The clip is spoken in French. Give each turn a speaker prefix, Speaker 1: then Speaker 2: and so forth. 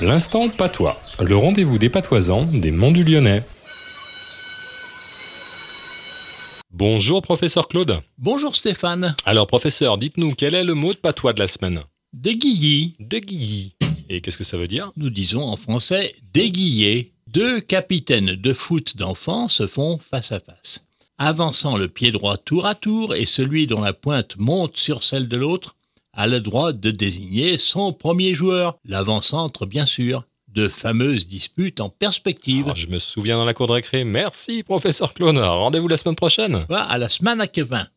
Speaker 1: L'instant patois, le rendez-vous des patoisans des Monts du Lyonnais. Bonjour professeur Claude.
Speaker 2: Bonjour Stéphane.
Speaker 1: Alors professeur, dites-nous quel est le mot de patois de la semaine
Speaker 2: Déguillis,
Speaker 1: Déguillis. Et qu'est-ce que ça veut dire
Speaker 2: nous disons en français déguillé. Deux capitaines de foot d'enfants se font face à face. Avançant le pied droit tour à tour et celui dont la pointe monte sur celle de l'autre a le droit de désigner son premier joueur, l'avant-centre bien sûr. De fameuses disputes en perspective.
Speaker 1: Alors, Je me souviens dans la cour de récré. Merci professeur Claude. Rendez-vous la semaine prochaine.
Speaker 2: Voilà, à la semaine à Kevin.